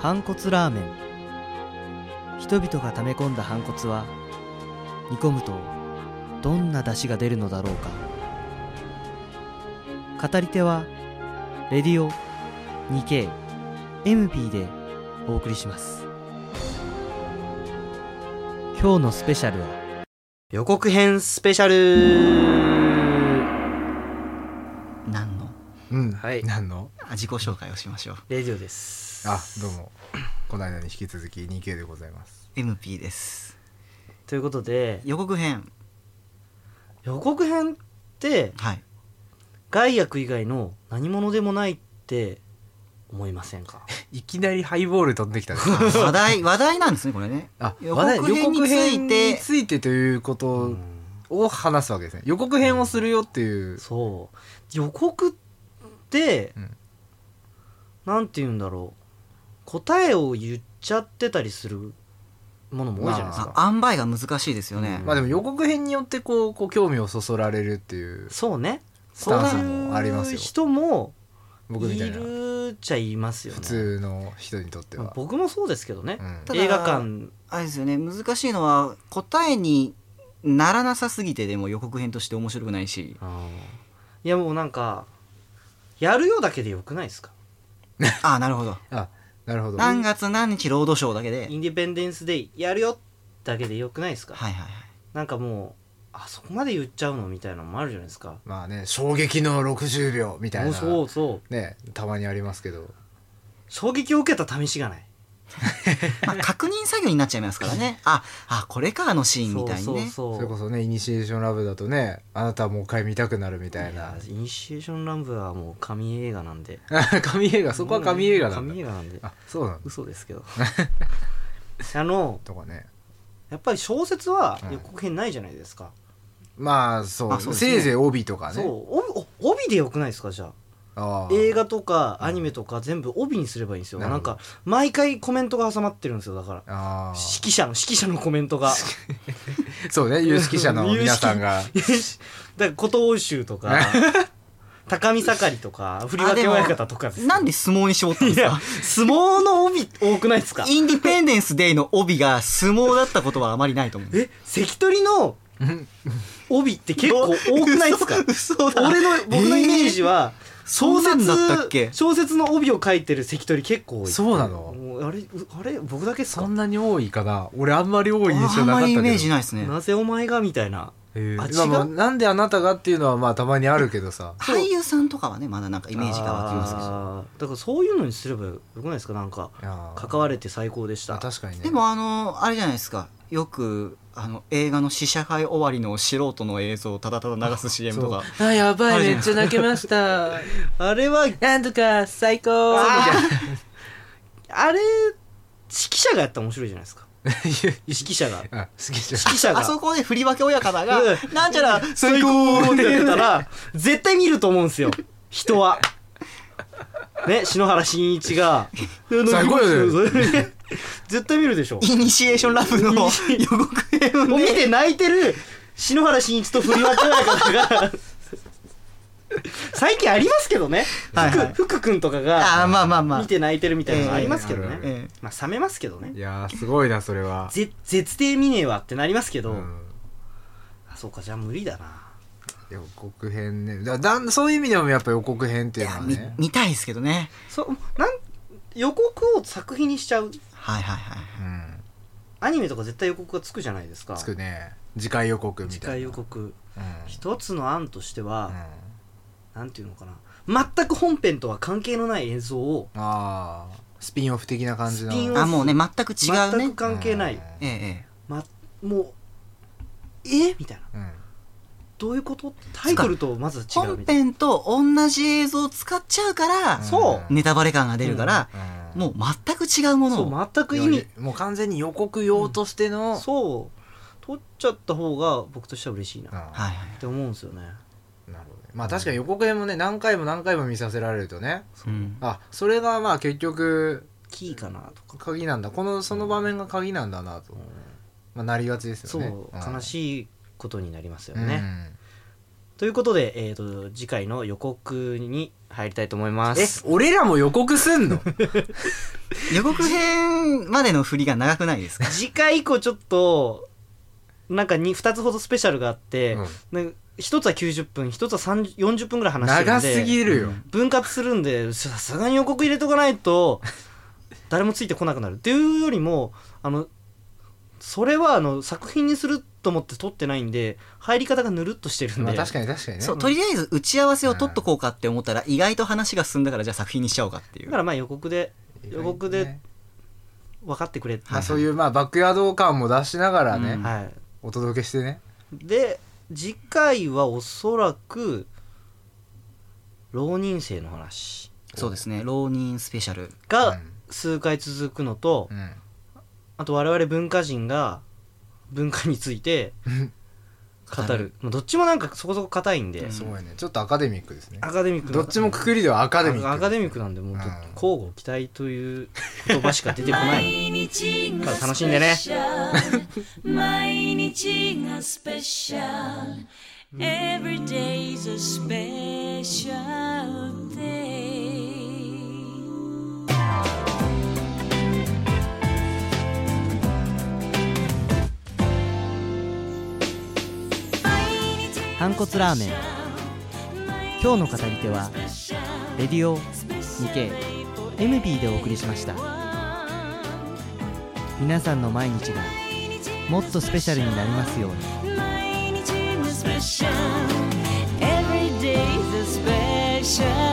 反骨ラーメン人々が溜め込んだ反骨は煮込むとどんな出汁が出るのだろうか語り手はレディオ 2KMP でお送りします今日のスペシャルは予告編スペシャル何のうん、はい何のあ自己紹介をしましょうレディオですあどうもこの間に引き続き 2K でございます MP ですということで予告編予告編ってはい 害悪以外の何者でもないって思いません かいきなりハイボール飛んできたね話題話題なんですねこれね あ予話題告編につ予い告編てについてということを話すわけですね予告編をするよっていう、そう予告って、うんなんて言うんだろう答えを言っちゃってたりするものも多いじゃないですあか、塩梅が難しいですよね、まあでも予告編によってこうこう興味をそそられるっていうそうねスタンスもありますよそういう人も僕みいたいな普るっちゃいますよね通の人にとってまあは、僕もそうですけどねう、んただ映画館あれですよね難しいのは答えにならなさすぎてでも予告編として面白くな いしいやもうなんかやるようだけでよくないですかあなるほどあなるほど何月何日ロードショーだけでインディペンデンス・デイやるよだけでよくないですか、はいはいはいなんかもうあそこまで言っちゃうのみたいなのもあるじゃないですかまあね衝撃の60秒みたいもうなそうそうねたまにありますけど衝撃を受けた試しがないまあ、確認作業になっちゃいますから ねああこれかあのシーンみたいにねそうそそうれそこうそねイニシエーションラブだとねあなたはもう一回見たくなるみたいいやな イニシエーションランブはもう神映画なんであ神映画そこは神映画なんだ神映画なんであそうなんだ嘘です けどあのとかねやっぱり小説は予告編ないじゃないですか、まあそうあそうですねせいぜい帯とかそねう帯お帯でよくないですかじゃああー映画とかアニメとか全部帯にすればいいんですよななるんほどか毎回コメントが挟まってるんですよだからあー指揮者の指揮者のコメント がそうね有識者の皆さんが有識だから琴欧州と か高見盛りとか振り分け親方とかですなんで相撲に絞ったんでいすやか相撲の帯多くないですかインディペンデンス・デイの帯が相撲だったことはあまりないと思う。え関取の帯って結構多くないですか嘘嘘だ俺の僕のイメージは小そ説んなんだったっけ小説の帯を書いてる関取結構多いそうなのもうあれうあれ僕だけっすかそんなに多いかな俺あんまり多い印象あんなかまっりたけイどメージないですね。なぜお前がみたいなえーあ違うまあまあなんであなたがっていうのはまあたまにあるけどさそう俳優さんとかはね、まだなんかイメージが湧きますけど。あーだからそういうのにすればよくないですかなんかいやー関われて最高でしたあ確かにねでもあの、あれじゃないですか。よく、あの、映画の試写会終わりの素人の映像をただただ流す CM とか。あやばいめっちゃ泣けました あれはなんとか最 高あれ指揮者がやったら面白いじゃないですか指揮者が指あ好きじゃん揮者があそこで振り分け親方がうん、なんちゃら、最高って言ってたら絶対見ると思うんですよ人は。ね、篠原慎一が最高よ 絶対見るでしょイニシエーションラブの予告編をもう見ね。て泣いてる篠原慎一と振り分け親方が最近ありますけどねはいはい福福君とかがああ、まあまあま見あ。て泣いてるみたいなのありますけどね、ええええまあ冷めますけどねいやーすごいなそれはぜ絶対見ねえわってなりますけど、うんあそうかじゃあ無理だな予告編ねだだんそういう意味でもやっぱ予告編っていうのはみね見たいですけどね。そうなん予告を作品にしちゃうはいはいはい。うんアニメとか絶対予告がつくじゃないですかつくね次回予告みたい次な回予告うん、一つの案としてうんは、なんていうのかな全く本編とは関係のない映像をあースピンオフ的な感じのスピンオフあ、もうね、全く違う全ねく。関係ない、えええま、もうえみたいなうんうんどういうことタイトルとまずえ違う本みたいな編と同じ映像を使っちゃうから、そううんネタバレ感が出るから、うんもう全く違うものを。そう全く意よ味りもう完全に予告用としての、そう取っちゃった方が僕としては嬉しいなうんっはいはい。て思うんですよねなるほどねまあ確かに予告編もね何回も何回も見させられるとねうんあそれがまあ結局キーかなとか鍵なんだこのその場面が鍵なんだなと、まあ、なりがちですそよう、ね悲いしいことになりますよね、ということで、えー、と次回の予告に入りたいと思いまえす俺らも予告すんの予告編までの振りが長くないですか次回以降ちょっとなんか 2, つほどスペシャルがあって、なんか一つは90分一つは30 40分ぐらい話してるんで長すぎるよ、分割するんでさすがに予告入れとかないと誰もついてこなくなるっていうよりもあのそれはあの作品にすると思って撮ってないんで入り方がぬるっとしてるんまあで、確かに確かにねそう、とりあえず打ち合わせを取っとこうかって思ったら、意外と話が進んだから、じゃあ作品にしちゃおうかっていだう。からまあ予告で意外とね予告で分かってくれって、はまあ、いそういうまあバックヤード感も出しながらね、うんはい、お届けしてねで次回はおそらく浪人生の話そうですね、浪人スペシャル。が数回続くのと、うん、うんあと我々文化人が文化につい て語語るる、まあ、どっちもなんかそこそこ硬いんで、うんすごいねちょっとアカデミックですねアカデミックなどっちもくくりではアカデミックアカデミッククなんでもうちょっうんと交互期待という言葉しか出てこない毎日が楽しんでねスペシャル 毎日がスペシャル Every day's a special day 反骨ラーメン今日の語り手はレディオ 2KMB でお送りしました皆さんの毎日がもっとスペシャルになりますように Every day's a special